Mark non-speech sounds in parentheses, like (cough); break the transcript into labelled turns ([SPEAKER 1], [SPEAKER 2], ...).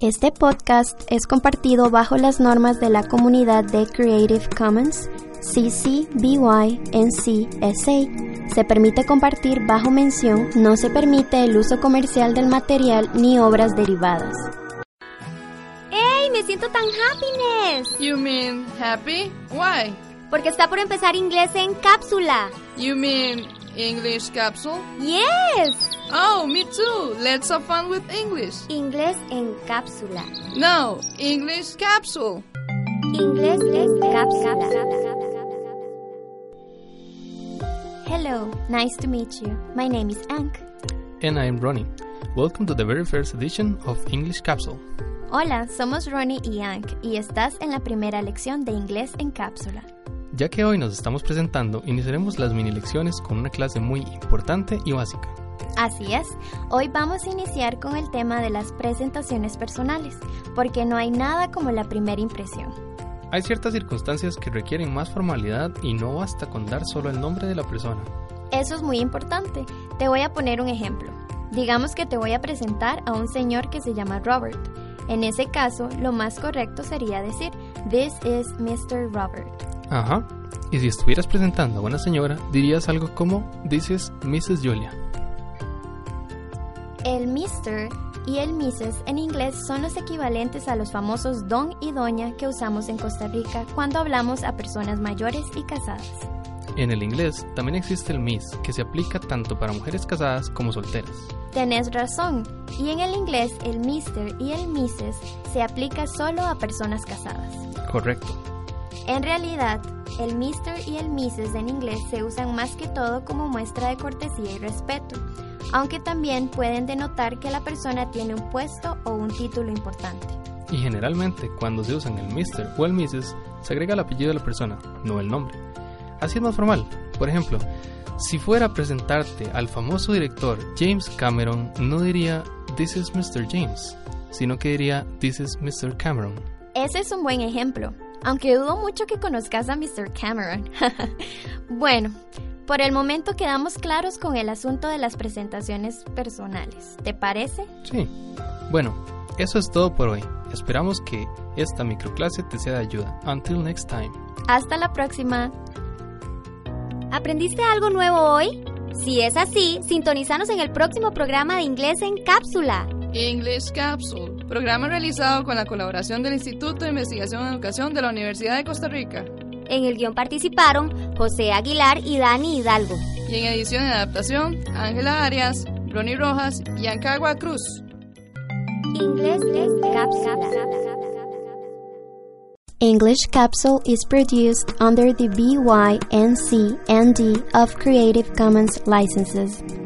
[SPEAKER 1] Este podcast es compartido bajo las normas de la comunidad de Creative Commons CC BY NC SA. Se permite compartir bajo mención, no se permite el uso comercial del material ni obras derivadas.
[SPEAKER 2] ¡Ey! Me siento tan happiness.
[SPEAKER 3] You mean happy? Why?
[SPEAKER 2] Porque está por empezar inglés en cápsula.
[SPEAKER 3] You mean English capsule?
[SPEAKER 2] Yes.
[SPEAKER 3] Oh, me too. Let's have fun with English.
[SPEAKER 2] Inglés en cápsula.
[SPEAKER 3] No, English capsule.
[SPEAKER 2] Inglés en cápsula.
[SPEAKER 1] Hello, nice to meet you. My name is Ank.
[SPEAKER 4] And I'm Ronnie. Welcome to the very first edition of English Capsule.
[SPEAKER 1] Hola, somos Ronnie y Ank y estás en la primera lección de inglés en cápsula.
[SPEAKER 4] Ya que hoy nos estamos presentando, iniciaremos las mini lecciones con una clase muy importante y básica.
[SPEAKER 1] Así es, hoy vamos a iniciar con el tema de las presentaciones personales, porque no hay nada como la primera impresión.
[SPEAKER 4] Hay ciertas circunstancias que requieren más formalidad y no basta con dar solo el nombre de la persona.
[SPEAKER 1] Eso es muy importante. Te voy a poner un ejemplo. Digamos que te voy a presentar a un señor que se llama Robert. En ese caso, lo más correcto sería decir, This is Mr. Robert.
[SPEAKER 4] Ajá. Y si estuvieras presentando a una señora, dirías algo como, dices Mrs. Julia.
[SPEAKER 1] El Mr. y el Mrs. en inglés son los equivalentes a los famosos don y doña que usamos en Costa Rica cuando hablamos a personas mayores y casadas.
[SPEAKER 4] En el inglés también existe el Miss, que se aplica tanto para mujeres casadas como solteras.
[SPEAKER 1] Tenés razón, y en el inglés el Mr. y el Mrs. se aplica solo a personas casadas.
[SPEAKER 4] Correcto.
[SPEAKER 1] En realidad, el Mr. y el Mrs. en inglés se usan más que todo como muestra de cortesía y respeto, aunque también pueden denotar que la persona tiene un puesto o un título importante.
[SPEAKER 4] Y generalmente, cuando se usan el Mr. o el Mrs., se agrega el apellido de la persona, no el nombre. Así es más formal. Por ejemplo, si fuera a presentarte al famoso director James Cameron, no diría This is Mr. James, sino que diría This is Mr. Cameron.
[SPEAKER 1] Ese es un buen ejemplo, aunque dudo mucho que conozcas a Mr. Cameron. (laughs) bueno, por el momento quedamos claros con el asunto de las presentaciones personales, ¿te parece?
[SPEAKER 4] Sí. Bueno, eso es todo por hoy. Esperamos que esta microclase te sea de ayuda. Until next time.
[SPEAKER 1] Hasta la próxima.
[SPEAKER 2] ¿Aprendiste algo nuevo hoy? Si es así, sintonizanos en el próximo programa de inglés en cápsula.
[SPEAKER 3] English Capsule, programa realizado con la colaboración del Instituto de Investigación en Educación de la Universidad de Costa Rica
[SPEAKER 2] En el guión participaron José Aguilar y Dani Hidalgo.
[SPEAKER 3] y en edición y adaptación Ángela Arias, Ronnie Rojas y Ancagua Cruz.
[SPEAKER 2] Inglés en cápsula.
[SPEAKER 1] English Capsule is produced under the BYNC ND of Creative Commons licenses.